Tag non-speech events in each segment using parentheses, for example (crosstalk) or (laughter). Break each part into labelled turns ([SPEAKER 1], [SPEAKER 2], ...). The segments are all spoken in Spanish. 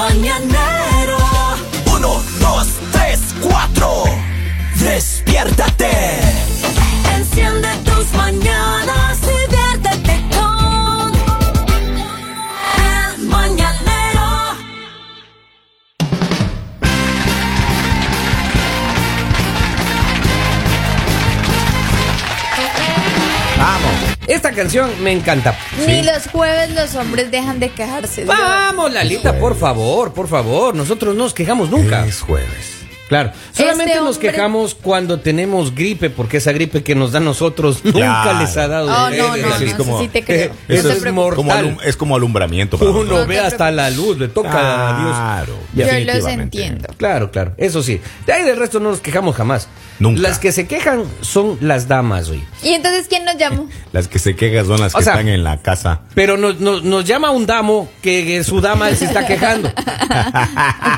[SPEAKER 1] mañanero. Uno, dos, tres, cuatro. Despiértate. Enciende tus mañanas y viértete con el mañanero.
[SPEAKER 2] Vamos. Esta canción me encanta.
[SPEAKER 3] Ni los jueves los hombres dejan de quejarse. Dios.
[SPEAKER 2] Vamos, Lalita, por favor, por favor. Nosotros no nos quejamos nunca.
[SPEAKER 4] Es jueves.
[SPEAKER 2] Claro, solamente nos
[SPEAKER 3] Este hombre-
[SPEAKER 2] quejamos cuando tenemos gripe, porque esa gripe que nos da a nosotros nunca
[SPEAKER 4] Claro.
[SPEAKER 2] les ha dado. a
[SPEAKER 3] Oh, no, no,
[SPEAKER 2] ustedes.
[SPEAKER 3] no,
[SPEAKER 4] Eso es
[SPEAKER 3] no,
[SPEAKER 4] como-
[SPEAKER 3] sí te creo. No
[SPEAKER 2] Eh, Eso
[SPEAKER 3] te
[SPEAKER 2] es
[SPEAKER 3] preocupes.
[SPEAKER 2] mor-
[SPEAKER 4] Como
[SPEAKER 2] Mortal.
[SPEAKER 4] alum- es como alumbramiento para
[SPEAKER 2] Uno
[SPEAKER 3] No te
[SPEAKER 2] ve hasta
[SPEAKER 3] preocupes.
[SPEAKER 2] la luz, le toca a Dios.
[SPEAKER 4] Claro.
[SPEAKER 2] Ya.
[SPEAKER 3] Yo los
[SPEAKER 4] definitivamente.
[SPEAKER 3] entiendo.
[SPEAKER 2] Claro, claro, eso sí. De ahí del resto no nos quejamos jamás.
[SPEAKER 4] Nunca.
[SPEAKER 2] Las que se quejan son las damas, hoy.
[SPEAKER 3] ¿Y entonces quién nos
[SPEAKER 4] (laughs)
[SPEAKER 3] llamó?
[SPEAKER 4] Las que se quejan son las
[SPEAKER 2] O
[SPEAKER 4] que
[SPEAKER 2] sea-
[SPEAKER 4] están en la casa.
[SPEAKER 2] Pero nos, nos- nos llama un damo que, que su dama se está
[SPEAKER 4] (laughs)
[SPEAKER 2] quejando.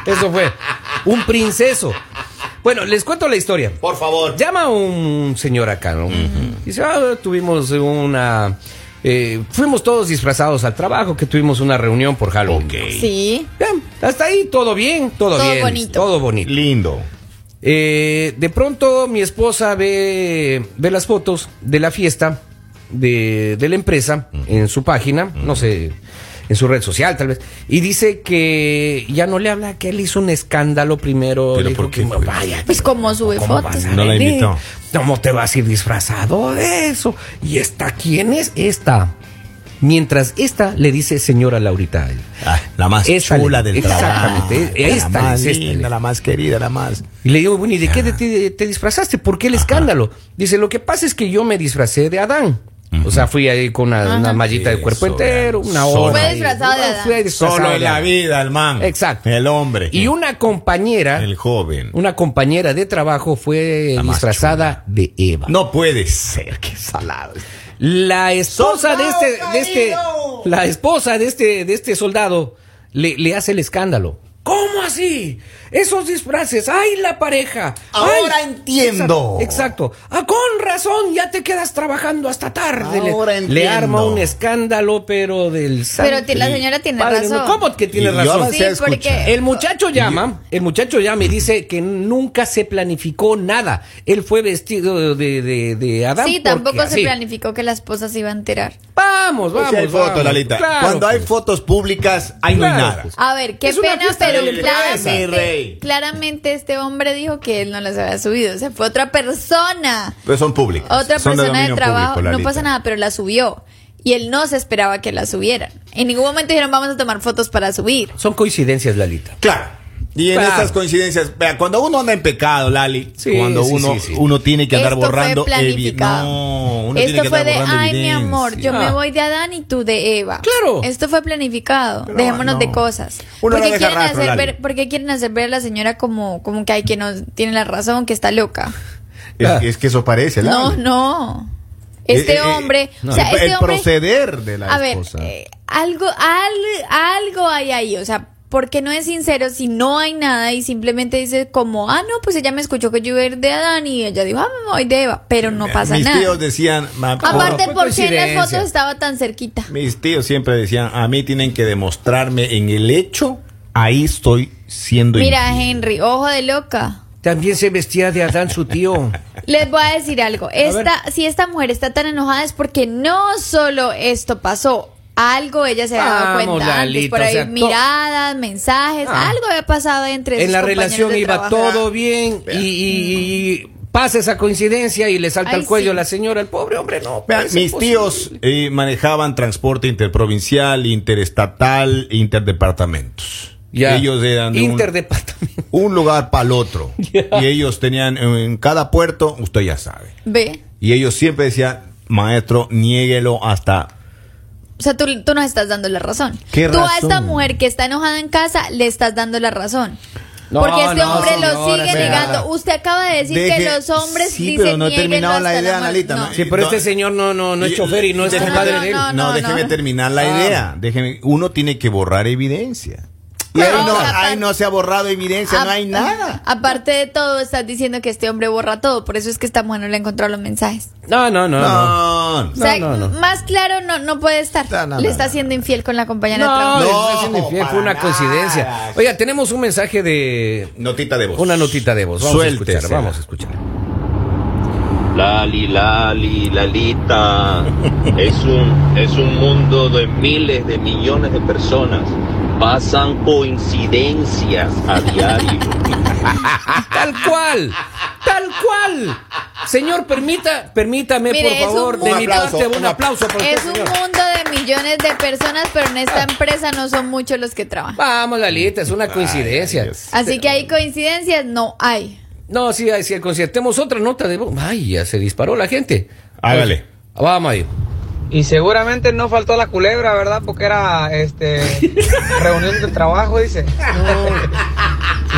[SPEAKER 2] Eso fue. Un princeso. Bueno, les cuento la historia.
[SPEAKER 4] Por favor.
[SPEAKER 2] Llama un señor acá, ¿no? Dice, "Ah, tuvimos una... eh, fuimos todos disfrazados al trabajo, que tuvimos una reunión por Halloween.
[SPEAKER 4] Ok.
[SPEAKER 3] Sí.
[SPEAKER 2] Bien, hasta ahí todo bien, todo,
[SPEAKER 3] Todo
[SPEAKER 2] bien.
[SPEAKER 3] bonito.
[SPEAKER 2] Todo bonito.
[SPEAKER 4] Lindo.
[SPEAKER 2] Eh, de pronto mi esposa ve, ve las fotos de la fiesta de, de la empresa en su página, no sé, en su red social tal vez, y dice que ya no le habla, que él hizo un escándalo primero.
[SPEAKER 4] Pero
[SPEAKER 2] dijo
[SPEAKER 4] ¿por qué,
[SPEAKER 2] que,
[SPEAKER 4] güey?
[SPEAKER 2] vaya,
[SPEAKER 3] Pues como sube
[SPEAKER 2] ¿cómo
[SPEAKER 3] fotos.
[SPEAKER 2] vas a
[SPEAKER 4] No la
[SPEAKER 2] venir?
[SPEAKER 4] invitó.
[SPEAKER 2] ¿Cómo te vas a ir disfrazado de eso? ¿Y esta quién es? Esta. Mientras esta le dice señora Laurita. a él.
[SPEAKER 4] Ah, la más
[SPEAKER 2] Esta
[SPEAKER 4] chula
[SPEAKER 2] le-
[SPEAKER 4] del
[SPEAKER 2] exactamente,
[SPEAKER 4] trabajo.
[SPEAKER 2] esta
[SPEAKER 4] la más
[SPEAKER 2] es, esta
[SPEAKER 4] linda,
[SPEAKER 2] es.
[SPEAKER 4] la más querida, la más.
[SPEAKER 2] Y le digo, bueno, ¿y de qué de- te, te disfrazaste? ¿Por qué el escándalo? Dice, lo que pasa es que yo me disfracé de Adán. O sea, fui ahí con una, una mallita de cuerpo
[SPEAKER 4] Eso,
[SPEAKER 2] entero,
[SPEAKER 4] gran-
[SPEAKER 2] una
[SPEAKER 4] solo.
[SPEAKER 2] hora.
[SPEAKER 3] Fue
[SPEAKER 2] y-
[SPEAKER 3] disfrazado de Adán.
[SPEAKER 2] Fui disfrazado
[SPEAKER 4] Solo
[SPEAKER 2] de
[SPEAKER 4] en la
[SPEAKER 2] Adán.
[SPEAKER 4] vida, el man.
[SPEAKER 2] Exacto.
[SPEAKER 4] El hombre.
[SPEAKER 2] Y una compañera,
[SPEAKER 4] El joven.
[SPEAKER 2] una compañera de trabajo fue
[SPEAKER 4] La más
[SPEAKER 2] disfrazada de Eva.
[SPEAKER 4] No puede ser, qué salado.
[SPEAKER 2] La esposa de
[SPEAKER 4] ¡Soldado
[SPEAKER 2] este, de este,
[SPEAKER 4] caído!
[SPEAKER 2] la esposa de este, de este soldado le, le hace el escándalo. ¿Cómo así? Esos disfraces, ¡ay, la pareja! ¡Ay!
[SPEAKER 4] Ahora entiendo.
[SPEAKER 2] Exacto. Ah, con razón, ya te quedas trabajando hasta tarde. Le-
[SPEAKER 4] Ahora
[SPEAKER 2] le,
[SPEAKER 4] entiendo.
[SPEAKER 2] arma un escándalo, pero del
[SPEAKER 3] Pero
[SPEAKER 2] santo
[SPEAKER 3] ti- la señora tiene
[SPEAKER 2] padre,
[SPEAKER 3] razón.
[SPEAKER 2] ¿no? ¿Cómo que tiene
[SPEAKER 4] Y yo
[SPEAKER 2] razón?
[SPEAKER 4] avancé a
[SPEAKER 3] Sí, porque-
[SPEAKER 4] escuchar.
[SPEAKER 2] El muchacho llama, el muchacho llama y dice que nunca se planificó nada. Él fue vestido de, de, de Adán.
[SPEAKER 3] Sí,
[SPEAKER 2] porque
[SPEAKER 3] tampoco se
[SPEAKER 2] así.
[SPEAKER 3] planificó que la esposa se iba a enterar.
[SPEAKER 2] Vamos,
[SPEAKER 4] Pues
[SPEAKER 2] vamos.
[SPEAKER 4] si hay fotos,
[SPEAKER 2] vamos.
[SPEAKER 4] Lalita.
[SPEAKER 2] Claro,
[SPEAKER 4] Cuando hay
[SPEAKER 2] pues.
[SPEAKER 4] fotos públicas, ahí no hay
[SPEAKER 2] Claro,
[SPEAKER 4] nada.
[SPEAKER 2] pues.
[SPEAKER 3] A ver, qué
[SPEAKER 2] Es una
[SPEAKER 3] pena,
[SPEAKER 2] fiesta de
[SPEAKER 3] pero
[SPEAKER 2] la empresa,
[SPEAKER 3] claramente,
[SPEAKER 4] rey.
[SPEAKER 3] claramente este hombre dijo que él no las había subido. O sea, fue otra persona.
[SPEAKER 4] Pero Pues son públicas.
[SPEAKER 3] Otra
[SPEAKER 4] son
[SPEAKER 3] persona del
[SPEAKER 4] dominio
[SPEAKER 3] trabajo.
[SPEAKER 4] público,
[SPEAKER 3] no
[SPEAKER 4] Lalita.
[SPEAKER 3] pasa nada, pero la subió. Y él no se esperaba que la subieran. En ningún momento dijeron, vamos a tomar fotos para subir.
[SPEAKER 2] Son coincidencias, Lalita.
[SPEAKER 4] Claro. Y en
[SPEAKER 2] Claro.
[SPEAKER 4] estas coincidencias, vea, cuando uno anda en pecado, Lali,
[SPEAKER 2] Sí,
[SPEAKER 4] cuando
[SPEAKER 2] sí,
[SPEAKER 4] uno,
[SPEAKER 2] sí, sí.
[SPEAKER 4] uno tiene que andar
[SPEAKER 3] Esto
[SPEAKER 4] borrando
[SPEAKER 3] fue
[SPEAKER 4] evi-
[SPEAKER 3] planificado.
[SPEAKER 4] No, uno tiene
[SPEAKER 3] Esto
[SPEAKER 4] que
[SPEAKER 3] fue
[SPEAKER 4] andar
[SPEAKER 3] de,
[SPEAKER 4] borrando
[SPEAKER 3] ay, mi amor, yo
[SPEAKER 4] evidencia.
[SPEAKER 3] me
[SPEAKER 2] Ah.
[SPEAKER 3] voy de Adán y tú de Eva.
[SPEAKER 2] Claro.
[SPEAKER 3] Esto fue planificado.
[SPEAKER 4] Pero
[SPEAKER 3] Dejémonos
[SPEAKER 4] no.
[SPEAKER 3] de cosas.
[SPEAKER 4] Uno no
[SPEAKER 3] porque
[SPEAKER 4] deja
[SPEAKER 3] quieren
[SPEAKER 4] rastro,
[SPEAKER 3] hacer
[SPEAKER 4] Lali.
[SPEAKER 3] ver, porque quieren hacer ver a la señora como, como que hay que no tiene la razón, que está loca.
[SPEAKER 4] Es, es que eso parece,
[SPEAKER 3] No,
[SPEAKER 4] Lali.
[SPEAKER 3] no.
[SPEAKER 4] Eh,
[SPEAKER 3] Este
[SPEAKER 4] eh, eh,
[SPEAKER 3] hombre,
[SPEAKER 4] no.
[SPEAKER 3] o sea,
[SPEAKER 4] el,
[SPEAKER 3] este
[SPEAKER 4] el
[SPEAKER 3] hombre,
[SPEAKER 4] proceder de la
[SPEAKER 3] a ver,
[SPEAKER 4] esposa.
[SPEAKER 3] eh, algo, al- algo hay ahí, o sea, porque no es sincero si no hay nada y simplemente dice como, ah, no, pues ella me escuchó que yo iba de Adán y ella dijo, ah, me voy de Eva, pero no pasa
[SPEAKER 4] mis
[SPEAKER 3] nada.
[SPEAKER 4] tíos decían, ma-
[SPEAKER 3] Aparte,
[SPEAKER 2] fue
[SPEAKER 3] ¿por qué en las
[SPEAKER 2] coincidencia.
[SPEAKER 3] fotos estaba tan cerquita?
[SPEAKER 4] mis tíos siempre decían, a mí tienen que demostrarme en el hecho, ahí estoy siendo
[SPEAKER 3] Mira,
[SPEAKER 4] infiel".
[SPEAKER 3] Henry, ojo de loca.
[SPEAKER 2] También se vestía de Adán su tío.
[SPEAKER 3] Les voy a decir algo. Esta, si esta mujer está tan enojada es porque no solo esto pasó. Algo ella se había dado
[SPEAKER 2] Vamos,
[SPEAKER 3] cuenta antes,
[SPEAKER 2] Lalita,
[SPEAKER 3] por
[SPEAKER 2] o
[SPEAKER 3] ahí
[SPEAKER 2] sea, to-
[SPEAKER 3] miradas, mensajes,
[SPEAKER 2] Ah.
[SPEAKER 3] algo había pasado entre sus
[SPEAKER 2] en la
[SPEAKER 3] compañeros
[SPEAKER 2] relación
[SPEAKER 3] de
[SPEAKER 2] iba
[SPEAKER 3] trabajo.
[SPEAKER 2] todo bien y, y- y pasa esa coincidencia y le salta
[SPEAKER 3] Ay,
[SPEAKER 2] al cuello
[SPEAKER 3] sí.
[SPEAKER 2] la señora, el pobre hombre, no.
[SPEAKER 4] Vean,
[SPEAKER 2] parece
[SPEAKER 4] mis
[SPEAKER 2] imposible.
[SPEAKER 4] tíos eh, manejaban transporte interprovincial, interestatal, interdepartamentos.
[SPEAKER 2] Ya.
[SPEAKER 4] Ellos eran de un-
[SPEAKER 2] Interdepartamento.
[SPEAKER 4] un lugar para
[SPEAKER 2] (laughs)
[SPEAKER 4] el otro. Y ellos tenían eh, en cada puerto, usted ya sabe.
[SPEAKER 3] Ve.
[SPEAKER 4] Y ellos siempre decían, maestro, niéguelo hasta...
[SPEAKER 3] O sea, tú, tú nos estás dando la razón.
[SPEAKER 4] ¿Qué
[SPEAKER 3] tú a esta
[SPEAKER 4] razón?
[SPEAKER 3] mujer que está enojada en casa le estás dando la razón.
[SPEAKER 2] No,
[SPEAKER 3] Porque este
[SPEAKER 2] no,
[SPEAKER 3] hombre lo
[SPEAKER 2] señora,
[SPEAKER 3] sigue
[SPEAKER 2] señora.
[SPEAKER 3] negando. Usted acaba de decir que
[SPEAKER 4] Deje-
[SPEAKER 3] los hombres
[SPEAKER 4] Sí,
[SPEAKER 3] sí,
[SPEAKER 4] pero
[SPEAKER 3] se
[SPEAKER 4] no he
[SPEAKER 3] nieguen
[SPEAKER 4] terminado la
[SPEAKER 3] hasta
[SPEAKER 4] idea,
[SPEAKER 3] ma-
[SPEAKER 4] Analita,
[SPEAKER 3] no.
[SPEAKER 4] ¿no?
[SPEAKER 2] Sí, pero
[SPEAKER 4] No.
[SPEAKER 2] este señor no, no, no es chofer y no es
[SPEAKER 3] No, no,
[SPEAKER 2] compadre
[SPEAKER 3] no,
[SPEAKER 2] de él.
[SPEAKER 3] no,
[SPEAKER 4] Eh, No, déjeme
[SPEAKER 3] no.
[SPEAKER 4] terminar la
[SPEAKER 2] Ah.
[SPEAKER 4] idea. Déjeme, uno tiene que borrar evidencia. Y
[SPEAKER 3] Claro,
[SPEAKER 4] ahí no,
[SPEAKER 3] aparte-
[SPEAKER 4] ahí no se ha borrado evidencia, no hay
[SPEAKER 3] Ap-
[SPEAKER 4] nada.
[SPEAKER 3] (laughs) Aparte de todo, estás diciendo que este hombre borra todo. Por eso es que esta mujer no le ha encontrado los mensajes.
[SPEAKER 2] Ah, No, no, no. no.
[SPEAKER 4] no, no, no.
[SPEAKER 3] O sea,
[SPEAKER 2] No, no, no.
[SPEAKER 3] más claro no, no puede estar.
[SPEAKER 4] No, no,
[SPEAKER 3] Le
[SPEAKER 4] no,
[SPEAKER 3] está
[SPEAKER 4] no,
[SPEAKER 3] siendo infiel con la compañera de
[SPEAKER 2] No,
[SPEAKER 3] trabajo.
[SPEAKER 4] No,
[SPEAKER 2] está siendo infiel, fue
[SPEAKER 4] para
[SPEAKER 2] una
[SPEAKER 4] nada.
[SPEAKER 2] coincidencia. Oiga, tenemos un mensaje de
[SPEAKER 4] Notita de voz.
[SPEAKER 2] una notita de voz. Vamos a
[SPEAKER 4] Suéltesela.
[SPEAKER 2] escuchar, vamos a escuchar.
[SPEAKER 5] Lali, Lali, Lalita. Es un, es un mundo de miles de millones de personas. Pasan coincidencias a diario.
[SPEAKER 2] Tal cual, tal cual. Señor, permita, permítame,
[SPEAKER 3] Mire,
[SPEAKER 2] por
[SPEAKER 3] es un
[SPEAKER 2] favor, de
[SPEAKER 3] mundo.
[SPEAKER 2] mi parte
[SPEAKER 4] Un
[SPEAKER 2] un aplauso para usted,
[SPEAKER 3] Es un
[SPEAKER 2] señor.
[SPEAKER 3] mundo de millones de personas, pero en
[SPEAKER 2] Ah.
[SPEAKER 3] esta empresa no son muchos los que trabajan.
[SPEAKER 2] Vamos, Lalita, es una coincidencia.
[SPEAKER 4] Dios.
[SPEAKER 3] Así que hay coincidencias, no hay.
[SPEAKER 2] No, sí, ahí sí, conciertemos otra nota de voz. Vaya, se disparó la gente.
[SPEAKER 4] Hágale.
[SPEAKER 2] Vamos ahí.
[SPEAKER 6] Y seguramente no faltó la culebra, ¿verdad? Porque era este reunión de trabajo, dice. No.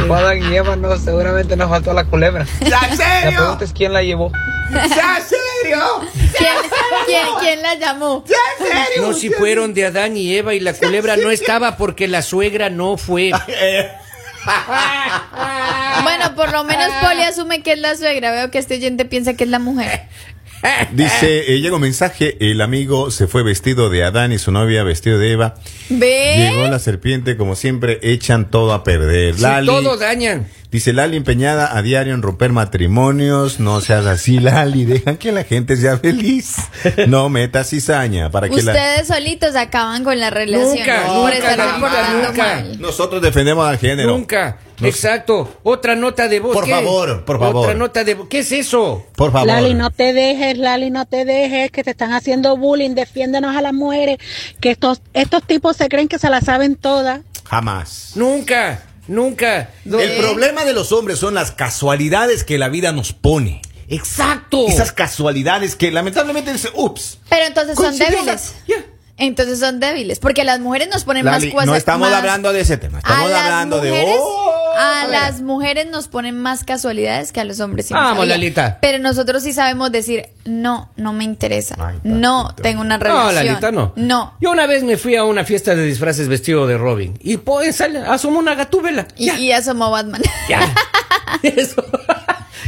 [SPEAKER 6] Si fue Adán y Eva, no, seguramente no faltó la culebra.
[SPEAKER 4] ¿En
[SPEAKER 6] La
[SPEAKER 4] serio?
[SPEAKER 6] pregunta es quién la llevó.
[SPEAKER 4] ¿En serio?
[SPEAKER 3] ¿Quién, quién, quién la llamó?
[SPEAKER 4] ¿En serio?
[SPEAKER 2] No, si fueron de Adán y Eva y la culebra no estaba porque la suegra no fue.
[SPEAKER 3] Bueno, por lo menos
[SPEAKER 2] Ah.
[SPEAKER 3] Poli asume que es la suegra. Veo que este oyente piensa que es la mujer.
[SPEAKER 4] Dice, eh, llega un mensaje, el amigo se fue vestido de Adán y su novia vestido de Eva. Llegó
[SPEAKER 2] ¿Eh?
[SPEAKER 3] ¿Ve?
[SPEAKER 4] la serpiente, como siempre, echan todo a perder.
[SPEAKER 2] Si
[SPEAKER 4] Lali,
[SPEAKER 2] todos dañan.
[SPEAKER 4] dice Lali empeñada a diario en romper matrimonios, no seas así Lali, dejan que la gente
[SPEAKER 2] (laughs)
[SPEAKER 4] sea feliz. No metas cizaña para que la...
[SPEAKER 3] Ustedes solitos acaban con la relación.
[SPEAKER 2] Nunca,
[SPEAKER 3] por
[SPEAKER 2] nunca,
[SPEAKER 3] estarse
[SPEAKER 2] Lalita,
[SPEAKER 3] portando
[SPEAKER 2] nunca.
[SPEAKER 3] mal.
[SPEAKER 4] Nosotros defendemos al género.
[SPEAKER 2] Nunca.
[SPEAKER 4] No-
[SPEAKER 2] Exacto. Otra nota de voz.
[SPEAKER 4] Por
[SPEAKER 2] ¿qué?
[SPEAKER 4] favor, por favor.
[SPEAKER 2] Otra nota de voz. ¿Qué es eso?
[SPEAKER 4] Por favor.
[SPEAKER 7] Lali, no te dejes, Lali, no te dejes, que te están haciendo bullying, defiéndenos a las mujeres, que estos, estos tipos se creen que se la saben todas.
[SPEAKER 4] Jamás.
[SPEAKER 2] Nunca, nunca. No,
[SPEAKER 4] El
[SPEAKER 2] eh,
[SPEAKER 4] problema de los hombres son las casualidades que la vida nos pone.
[SPEAKER 2] Exacto.
[SPEAKER 4] Esas casualidades que lamentablemente dice, ups.
[SPEAKER 3] Pero entonces son
[SPEAKER 4] Coincidió,
[SPEAKER 3] débiles.
[SPEAKER 2] Ya.
[SPEAKER 3] Entonces son débiles. Porque las mujeres nos ponen
[SPEAKER 4] Lali,
[SPEAKER 3] más cosas.
[SPEAKER 4] no estamos
[SPEAKER 3] más-
[SPEAKER 4] hablando de ese tema, estamos
[SPEAKER 3] a las
[SPEAKER 4] hablando de-
[SPEAKER 3] mujeres-
[SPEAKER 4] ¡Oh!
[SPEAKER 3] A las mujeres nos ponen más casualidades que a los hombres. sí me
[SPEAKER 2] Vamos,
[SPEAKER 3] sabía.
[SPEAKER 2] Lalita.
[SPEAKER 3] Pero nosotros sí sabemos decir, no, no me interesa.
[SPEAKER 4] Ay,
[SPEAKER 3] no
[SPEAKER 4] papito.
[SPEAKER 3] tengo una relación.
[SPEAKER 2] No, Lalita, no.
[SPEAKER 3] No.
[SPEAKER 2] Yo una vez me fui a una fiesta de disfraces vestido de Robin. Y pues sale, asomó una gatúbela.
[SPEAKER 3] Y,
[SPEAKER 2] ya,
[SPEAKER 3] y asomó Batman.
[SPEAKER 2] ya. Eso.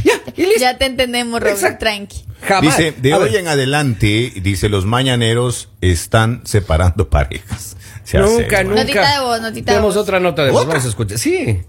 [SPEAKER 2] ya, y
[SPEAKER 3] (laughs)
[SPEAKER 2] listo.
[SPEAKER 3] ya te entendemos, Robin,
[SPEAKER 2] Exacto.
[SPEAKER 3] tranqui.
[SPEAKER 2] Jamás.
[SPEAKER 4] Dice, de
[SPEAKER 2] A
[SPEAKER 4] hoy
[SPEAKER 2] ver.
[SPEAKER 4] en adelante, dice, los mañaneros están separando parejas. Sea
[SPEAKER 2] Nunca,
[SPEAKER 4] serio,
[SPEAKER 2] nunca.
[SPEAKER 3] Notita de voz, notita de
[SPEAKER 2] Tenemos
[SPEAKER 3] voz.
[SPEAKER 2] otra nota de voz.
[SPEAKER 4] ¿Otra?
[SPEAKER 2] Vamos a escuchar. Sí.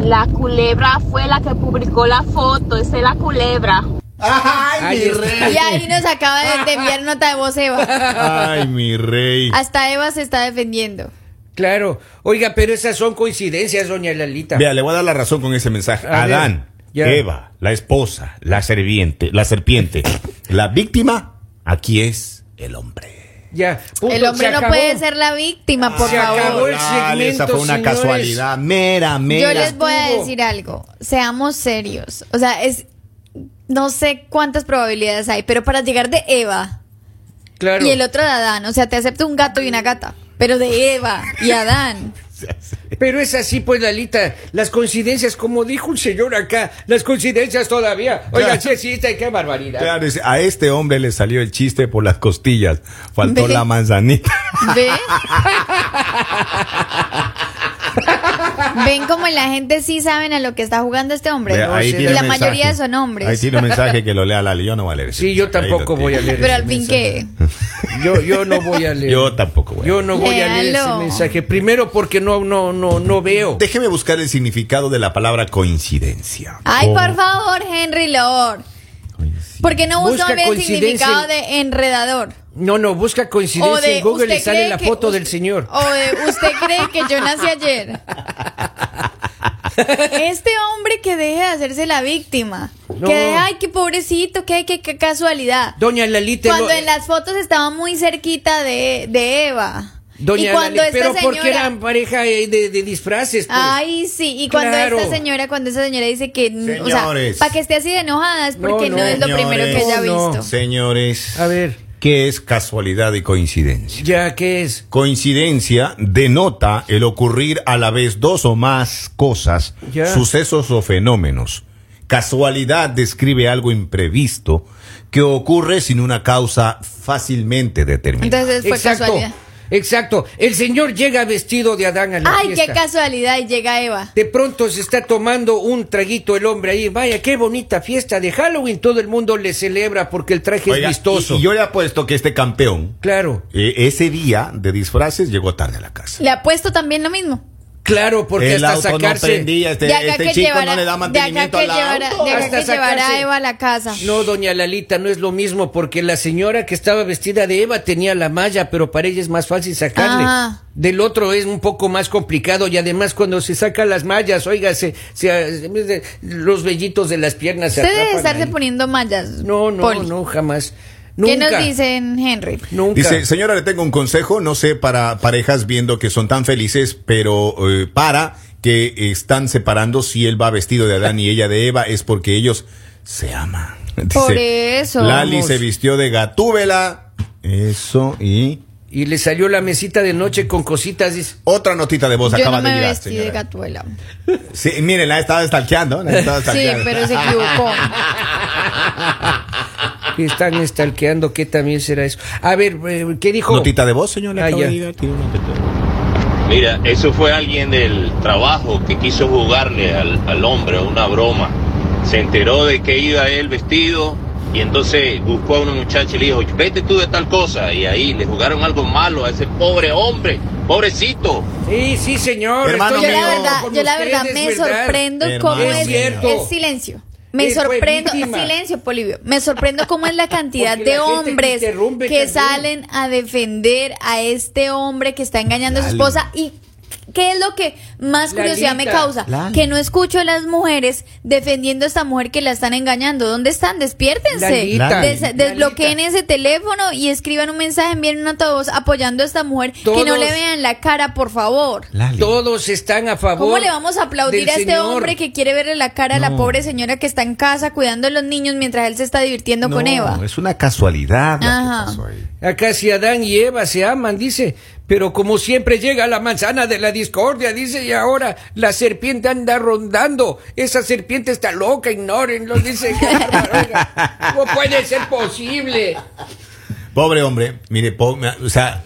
[SPEAKER 8] La culebra fue la que publicó la foto, esa es la culebra.
[SPEAKER 2] Ahí
[SPEAKER 4] Ay, mi
[SPEAKER 2] está.
[SPEAKER 4] rey.
[SPEAKER 3] Y ahí nos acaba de, de enviar nota de voz
[SPEAKER 2] (laughs)
[SPEAKER 3] Eva.
[SPEAKER 4] Ay, mi rey.
[SPEAKER 3] Hasta Eva se está defendiendo.
[SPEAKER 2] Claro. Oiga, pero esas son coincidencias, doña Lalita.
[SPEAKER 4] Vea, le voy a dar la razón con ese mensaje.
[SPEAKER 2] A ver,
[SPEAKER 4] Adán,
[SPEAKER 2] ya.
[SPEAKER 4] Eva, la esposa, la serpiente, la serpiente, la víctima, aquí es el hombre.
[SPEAKER 2] Ya. punto,
[SPEAKER 3] El hombre
[SPEAKER 2] se
[SPEAKER 3] no
[SPEAKER 2] acabó. Ah,
[SPEAKER 3] puede ser la víctima, por
[SPEAKER 2] Se
[SPEAKER 3] favor.
[SPEAKER 2] acabó el
[SPEAKER 4] Dale, Esa
[SPEAKER 2] segmento,
[SPEAKER 4] fue una
[SPEAKER 2] señores.
[SPEAKER 4] casualidad mera,
[SPEAKER 3] Yo
[SPEAKER 4] mera.
[SPEAKER 3] les voy a
[SPEAKER 2] estuvo.
[SPEAKER 3] decir algo. Seamos serios. O sea, es. No sé cuántas probabilidades hay, pero para llegar de Eva
[SPEAKER 2] Claro.
[SPEAKER 3] y el otro de Adán, o sea, te acepto un gato y una gata, pero de Eva y Adán.
[SPEAKER 2] Pero es así, pues, Lalita. Las coincidencias, como dijo un señor acá, las coincidencias todavía. Oiga,
[SPEAKER 4] Claro.
[SPEAKER 2] sí, sí, está, qué barbaridad.
[SPEAKER 4] Claro, dice, a este hombre le salió el chiste por las costillas. Faltó
[SPEAKER 3] Ve.
[SPEAKER 4] la manzanita.
[SPEAKER 3] ¿Ve? Ven como la gente sí saben a lo que está jugando este hombre.
[SPEAKER 4] Vea, ahí
[SPEAKER 2] sé.
[SPEAKER 4] tiene
[SPEAKER 3] la
[SPEAKER 4] un
[SPEAKER 3] mayoría
[SPEAKER 4] mensaje.
[SPEAKER 3] son hombres.
[SPEAKER 4] Ahí tiene un mensaje
[SPEAKER 3] (laughs)
[SPEAKER 4] que lo lea Lali. Yo no voy a leer. ese
[SPEAKER 2] Sí, yo
[SPEAKER 4] mensaje, ahí lo
[SPEAKER 2] tampoco voy a
[SPEAKER 4] tiene.
[SPEAKER 2] leer.
[SPEAKER 3] pero
[SPEAKER 2] ese
[SPEAKER 3] al fin
[SPEAKER 2] mensaje.
[SPEAKER 3] que.
[SPEAKER 2] Yo, yo no voy a leer.
[SPEAKER 4] (laughs) Yo tampoco voy a
[SPEAKER 2] Yo
[SPEAKER 4] leer.
[SPEAKER 2] no voy a leer ese
[SPEAKER 3] Léalo.
[SPEAKER 2] mensaje. Primero porque no, no, no, no veo.
[SPEAKER 4] Déjeme buscar el significado de la palabra coincidencia.
[SPEAKER 3] Ay,
[SPEAKER 4] Oh,
[SPEAKER 3] por favor, Henry Lord.
[SPEAKER 4] coincidencia.
[SPEAKER 3] ¿Por qué no
[SPEAKER 2] Busca
[SPEAKER 3] busca el
[SPEAKER 2] coincidencia
[SPEAKER 3] significado
[SPEAKER 2] en-
[SPEAKER 3] de enredador?
[SPEAKER 2] No, no, busca coincidencia en Google
[SPEAKER 3] ¿usted
[SPEAKER 2] y sale
[SPEAKER 3] cree
[SPEAKER 2] la
[SPEAKER 3] que
[SPEAKER 2] foto
[SPEAKER 3] us-
[SPEAKER 2] del señor.
[SPEAKER 3] O de usted cree que yo nací
[SPEAKER 2] (laughs)
[SPEAKER 3] ayer. Este hombre que deje de hacerse la víctima.
[SPEAKER 2] No.
[SPEAKER 3] Que deje, ay, qué pobrecito, qué, qué, qué casualidad.
[SPEAKER 2] Doña Lalita.
[SPEAKER 3] cuando
[SPEAKER 2] no-
[SPEAKER 3] en las fotos estaba muy cerquita de, de Eva.
[SPEAKER 2] Doña
[SPEAKER 3] y cuando
[SPEAKER 2] Lalita.
[SPEAKER 3] esta
[SPEAKER 2] Pero
[SPEAKER 3] señora...
[SPEAKER 2] porque eran pareja eh, de, de disfraces. pues.
[SPEAKER 3] Ay, sí, y cuando
[SPEAKER 2] Claro.
[SPEAKER 3] esta señora, cuando esta señora dice que, o sea,
[SPEAKER 4] Señores.
[SPEAKER 3] para que esté así de enojada es porque
[SPEAKER 2] No,
[SPEAKER 3] no,
[SPEAKER 2] no,
[SPEAKER 3] es lo primero que
[SPEAKER 4] señores.
[SPEAKER 3] haya
[SPEAKER 2] No, no.
[SPEAKER 3] visto.
[SPEAKER 4] Señores.
[SPEAKER 2] A ver.
[SPEAKER 4] ¿Qué es casualidad y coincidencia?
[SPEAKER 2] Ya, ¿qué es?
[SPEAKER 4] Coincidencia denota el ocurrir a la vez dos o más cosas,
[SPEAKER 2] Ya.
[SPEAKER 4] sucesos o fenómenos. Casualidad describe algo imprevisto que ocurre sin una causa fácilmente determinada.
[SPEAKER 3] Entonces fue casualidad.
[SPEAKER 2] Exacto. El señor llega vestido de Adán a la
[SPEAKER 3] Ay, qué
[SPEAKER 2] fiesta.
[SPEAKER 3] casualidad, y llega Eva.
[SPEAKER 2] De pronto se está tomando un traguito el hombre ahí. Vaya, qué bonita fiesta de Halloween. Todo el mundo le celebra porque el traje
[SPEAKER 4] Oiga,
[SPEAKER 2] es vistoso.
[SPEAKER 4] Y, y yo le apuesto que este campeón,
[SPEAKER 2] Claro,
[SPEAKER 4] eh, ese día de disfraces, llegó tarde a la casa.
[SPEAKER 3] Le apuesto también lo mismo.
[SPEAKER 2] claro, porque
[SPEAKER 4] el
[SPEAKER 2] hasta
[SPEAKER 4] auto no
[SPEAKER 2] sacarse.
[SPEAKER 4] prendía, este,
[SPEAKER 3] de acá
[SPEAKER 4] este
[SPEAKER 3] que
[SPEAKER 4] chico
[SPEAKER 3] llevara,
[SPEAKER 4] no le da
[SPEAKER 3] de acá
[SPEAKER 4] mantenimiento
[SPEAKER 3] que
[SPEAKER 4] al
[SPEAKER 3] llevara,
[SPEAKER 4] auto.
[SPEAKER 3] de acá
[SPEAKER 2] Hasta
[SPEAKER 3] que llevara
[SPEAKER 2] sacarse.
[SPEAKER 3] a Eva a la casa.
[SPEAKER 2] No, doña Lalita, no es lo mismo, porque la señora que estaba vestida de Eva tenía la malla, pero para ella es más fácil sacarle.
[SPEAKER 3] Ah.
[SPEAKER 2] Del otro es un poco más complicado y además cuando se saca las mallas, oiga, se, se- en vez de- los vellitos de las piernas se
[SPEAKER 3] Usted debe
[SPEAKER 2] atrapan
[SPEAKER 3] estarse
[SPEAKER 2] ahí.
[SPEAKER 3] poniendo mallas.
[SPEAKER 2] No, no,
[SPEAKER 3] Poli.
[SPEAKER 2] no, jamás.
[SPEAKER 3] ¿Qué
[SPEAKER 2] Nunca,
[SPEAKER 3] nos dicen, Henry?
[SPEAKER 2] Nunca.
[SPEAKER 4] Dice, señora, le tengo un consejo, no sé, para parejas viendo que son tan felices, pero eh, para que están separando si él va vestido de Adán y ella de Eva, es porque ellos se aman. (laughs) Dice,
[SPEAKER 3] Por eso.
[SPEAKER 4] Lali
[SPEAKER 3] Vamos.
[SPEAKER 4] se vistió de gatúbela. Eso y...
[SPEAKER 2] Y le salió la mesita de noche con cositas, dice.
[SPEAKER 4] Otra notita de voz
[SPEAKER 3] Yo
[SPEAKER 4] acaba
[SPEAKER 3] no me
[SPEAKER 4] de llegar.
[SPEAKER 3] vestí de
[SPEAKER 4] señora.
[SPEAKER 3] gatuela.
[SPEAKER 4] Sí, miren, la estaba stalkeando. La estaba
[SPEAKER 3] Sí,
[SPEAKER 4] stalkeando. Ah.
[SPEAKER 3] pero se equivocó.
[SPEAKER 2] Que están estalqueando, ¿qué también será eso? A ver, eh, ¿qué dijo?
[SPEAKER 4] Notita de voz, señor. le
[SPEAKER 2] Ah,
[SPEAKER 4] acaba
[SPEAKER 2] ya.
[SPEAKER 4] de llegar, tiene una notita.
[SPEAKER 5] Mira, eso fue alguien del trabajo que quiso jugarle al, al hombre una broma. Se enteró de que iba él vestido y entonces buscó a una muchacha y le dijo, vete tú de tal cosa. Y ahí le jugaron algo malo a ese pobre hombre, pobrecito.
[SPEAKER 2] Sí, sí, señor.
[SPEAKER 4] Hermano
[SPEAKER 2] estoy
[SPEAKER 3] Pues Yo la
[SPEAKER 2] de acuerdo
[SPEAKER 3] verdad,
[SPEAKER 2] con
[SPEAKER 3] yo la
[SPEAKER 2] ustedes,
[SPEAKER 3] verdad me
[SPEAKER 2] ¿verdad?
[SPEAKER 3] sorprendo
[SPEAKER 4] Hermano
[SPEAKER 3] cómo
[SPEAKER 4] mío.
[SPEAKER 3] es,
[SPEAKER 4] Es cierto.
[SPEAKER 3] el silencio. Me
[SPEAKER 2] Él fue
[SPEAKER 3] sorprendo,
[SPEAKER 2] víctima.
[SPEAKER 3] silencio, Polivio. Me sorprendo cómo es la cantidad
[SPEAKER 2] Porque
[SPEAKER 3] de
[SPEAKER 2] la gente que
[SPEAKER 3] hombres
[SPEAKER 2] interrumpe
[SPEAKER 3] que,
[SPEAKER 2] también.
[SPEAKER 3] salen a defender a este hombre que está engañando a su esposa y ¿Qué es lo que más curiosidad me
[SPEAKER 2] Lalita.
[SPEAKER 3] causa?
[SPEAKER 4] Lali.
[SPEAKER 3] Que no escucho a las mujeres defendiendo a esta mujer que la están engañando. ¿Dónde están? Despiértense.
[SPEAKER 2] Lalita.
[SPEAKER 3] Des-
[SPEAKER 2] Lalita.
[SPEAKER 3] desbloqueen ese teléfono y escriban un mensaje, envíen una voz apoyando a esta mujer. Que no
[SPEAKER 2] Todos.
[SPEAKER 3] le vean la cara, por favor.
[SPEAKER 4] Lali.
[SPEAKER 2] Todos están a favor.
[SPEAKER 3] ¿Cómo le vamos a aplaudir
[SPEAKER 2] del
[SPEAKER 3] a este
[SPEAKER 2] señor?
[SPEAKER 3] hombre que quiere verle la cara a la pobre señora que está en casa cuidando a los niños mientras él se está divirtiendo con
[SPEAKER 4] No,
[SPEAKER 3] Eva?
[SPEAKER 4] Es una casualidad. la que
[SPEAKER 3] Ajá.
[SPEAKER 4] pasó ahí.
[SPEAKER 2] Acá si Adán y Eva se aman, dice, pero como siempre llega la manzana de la discordia, dice, y ahora la serpiente anda rondando. Esa serpiente está loca, ignórenlo, dice. (laughs) qué bárbaro, oiga. ¿Cómo puede ser posible?
[SPEAKER 4] Pobre hombre, mire, po- o sea.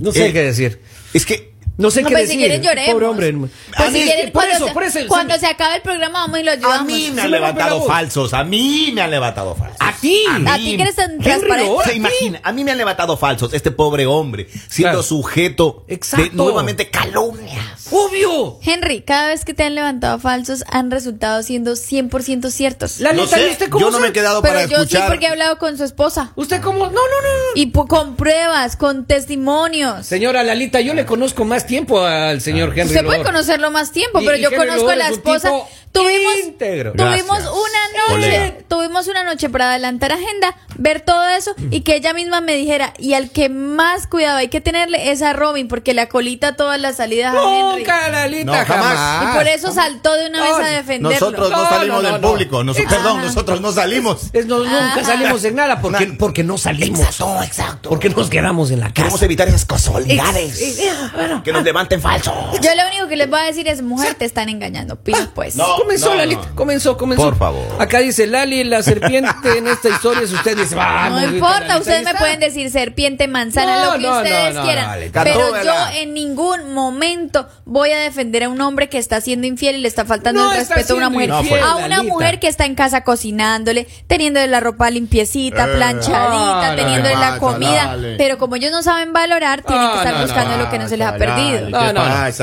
[SPEAKER 2] No sé
[SPEAKER 4] eh,
[SPEAKER 2] qué decir.
[SPEAKER 4] Es que
[SPEAKER 2] No sé
[SPEAKER 3] No,
[SPEAKER 2] qué
[SPEAKER 3] pues si
[SPEAKER 2] decir.
[SPEAKER 3] quieren lloremos.
[SPEAKER 2] Pobre hombre. hermano.
[SPEAKER 3] Pues
[SPEAKER 2] A
[SPEAKER 3] si
[SPEAKER 2] mí es
[SPEAKER 3] quieren,
[SPEAKER 2] que por
[SPEAKER 3] cuando,
[SPEAKER 2] eso,
[SPEAKER 3] se,
[SPEAKER 2] por eso.
[SPEAKER 3] cuando
[SPEAKER 2] se-
[SPEAKER 3] se acabe el programa vamos y lo ayudamos.
[SPEAKER 4] a mí me
[SPEAKER 2] Se
[SPEAKER 4] han
[SPEAKER 2] me rompe la
[SPEAKER 4] levantado
[SPEAKER 2] voz.
[SPEAKER 4] falsos. A mí me han levantado falsos.
[SPEAKER 2] A ti.
[SPEAKER 3] A ti que eres tan
[SPEAKER 2] Henry,
[SPEAKER 3] transparente.
[SPEAKER 2] ahora
[SPEAKER 4] Se imagina, a mí me han levantado falsos. Este pobre hombre, siendo
[SPEAKER 2] Claro.
[SPEAKER 4] sujeto de
[SPEAKER 2] Exacto.
[SPEAKER 4] nuevamente calumnias.
[SPEAKER 2] Obvio.
[SPEAKER 3] Henry, cada vez que te han levantado falsos han resultado siendo 100% ciertos.
[SPEAKER 2] La
[SPEAKER 4] No
[SPEAKER 2] neta,
[SPEAKER 4] sé,
[SPEAKER 2] ¿y usted cómo
[SPEAKER 4] yo no
[SPEAKER 2] sabe?
[SPEAKER 4] me he quedado
[SPEAKER 3] Pero
[SPEAKER 4] para
[SPEAKER 3] yo
[SPEAKER 4] escuchar.
[SPEAKER 3] sí porque he hablado con su esposa.
[SPEAKER 2] ¿Usted cómo? No, no, no. no.
[SPEAKER 3] Y po- con pruebas, con testimonios.
[SPEAKER 2] Señora Lalita, yo le conozco más tiempo al señor Henry.
[SPEAKER 3] Usted puede
[SPEAKER 2] Loor.
[SPEAKER 3] conocerlo más tiempo,
[SPEAKER 2] Y-
[SPEAKER 3] pero
[SPEAKER 2] y
[SPEAKER 3] yo
[SPEAKER 2] Henry
[SPEAKER 3] conozco
[SPEAKER 2] Loor
[SPEAKER 3] a la
[SPEAKER 2] es un
[SPEAKER 3] esposa.
[SPEAKER 2] tipo
[SPEAKER 3] Tuvimos,
[SPEAKER 2] íntegro.
[SPEAKER 3] tuvimos
[SPEAKER 4] Gracias,
[SPEAKER 3] una noche,
[SPEAKER 4] colega.
[SPEAKER 3] tuvimos una noche para adelantar agenda, ver todo eso y que ella misma me dijera, y al que más cuidado hay que tenerle es a Robin, porque le acolita todas las salidas a Henry.
[SPEAKER 2] Nunca, Lalita,
[SPEAKER 4] No, jamás.
[SPEAKER 2] jamás.
[SPEAKER 3] Y por eso saltó de una vez a defenderlo.
[SPEAKER 4] Nosotros no,
[SPEAKER 2] No,
[SPEAKER 4] salimos
[SPEAKER 2] no, no,
[SPEAKER 4] del
[SPEAKER 2] no.
[SPEAKER 4] público. Nos-
[SPEAKER 2] Exacto.
[SPEAKER 4] perdón, nosotros no salimos.
[SPEAKER 2] (laughs) Es- no- nunca salimos en nada porque,
[SPEAKER 4] Na-
[SPEAKER 2] porque no salimos.
[SPEAKER 4] Exacto, exacto.
[SPEAKER 2] Porque nos quedamos en la
[SPEAKER 4] Queremos
[SPEAKER 2] casa.
[SPEAKER 4] evitar esas casualidades.
[SPEAKER 2] Ex- eh, ah, bueno.
[SPEAKER 4] que nos levanten falsos.
[SPEAKER 3] Yo lo único que les voy a decir es, mujer, te están engañando. Pila, pues.
[SPEAKER 4] No,
[SPEAKER 2] comenzó,
[SPEAKER 4] no,
[SPEAKER 2] Lalita.
[SPEAKER 4] no.
[SPEAKER 2] Comenzó, comenzó.
[SPEAKER 4] Por favor.
[SPEAKER 2] Acá dice Lali, la serpiente en esta historia es usted. Dice, "Ah,
[SPEAKER 3] No
[SPEAKER 2] vamos. Lalita,
[SPEAKER 3] importa,
[SPEAKER 2] ahí
[SPEAKER 3] ustedes me
[SPEAKER 2] está.
[SPEAKER 3] pueden decir serpiente, manzana,
[SPEAKER 2] No,
[SPEAKER 3] lo que
[SPEAKER 2] no, no,
[SPEAKER 3] ustedes
[SPEAKER 2] no,
[SPEAKER 3] quieran.
[SPEAKER 4] dale,
[SPEAKER 3] pero yo
[SPEAKER 4] catúbela.
[SPEAKER 3] en ningún momento voy a defender a un hombre que está siendo infiel y le está faltando
[SPEAKER 2] No
[SPEAKER 3] el
[SPEAKER 2] está
[SPEAKER 3] respeto a una
[SPEAKER 2] siendo
[SPEAKER 3] mujer.
[SPEAKER 2] infiel,
[SPEAKER 3] a una
[SPEAKER 2] Lalita.
[SPEAKER 3] mujer que está en casa cocinándole, teniendo la ropa limpiecita,
[SPEAKER 4] Eh,
[SPEAKER 3] planchadita,
[SPEAKER 2] Ah, no,
[SPEAKER 3] teniendo
[SPEAKER 4] no,
[SPEAKER 3] la
[SPEAKER 4] no,
[SPEAKER 3] comida.
[SPEAKER 4] dale.
[SPEAKER 3] Pero como ellos no saben valorar, tienen
[SPEAKER 2] Ah,
[SPEAKER 3] que estar
[SPEAKER 2] no, Ah, no,
[SPEAKER 3] buscando lo que no se les ha perdido.
[SPEAKER 2] No, no,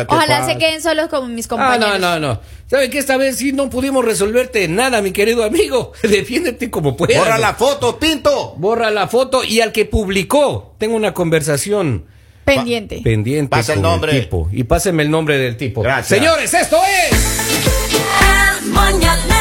[SPEAKER 3] Ojalá se queden solos como mis
[SPEAKER 2] Ah,
[SPEAKER 3] compañeros.
[SPEAKER 2] no, no, no. ¿Saben qué? Esta vez sí no pudimos resolverte nada, mi querido amigo. (laughs) Defiéndete como puedas.
[SPEAKER 4] Borra la foto, Pinto.
[SPEAKER 2] Borra la foto y al que publicó, tengo una conversación
[SPEAKER 3] Pendiente.
[SPEAKER 2] pendiente
[SPEAKER 4] Pasa el
[SPEAKER 2] con
[SPEAKER 4] nombre.
[SPEAKER 2] tipo. Y pásenme el nombre del tipo.
[SPEAKER 4] Gracias.
[SPEAKER 2] Señores, esto es...
[SPEAKER 1] El mañanero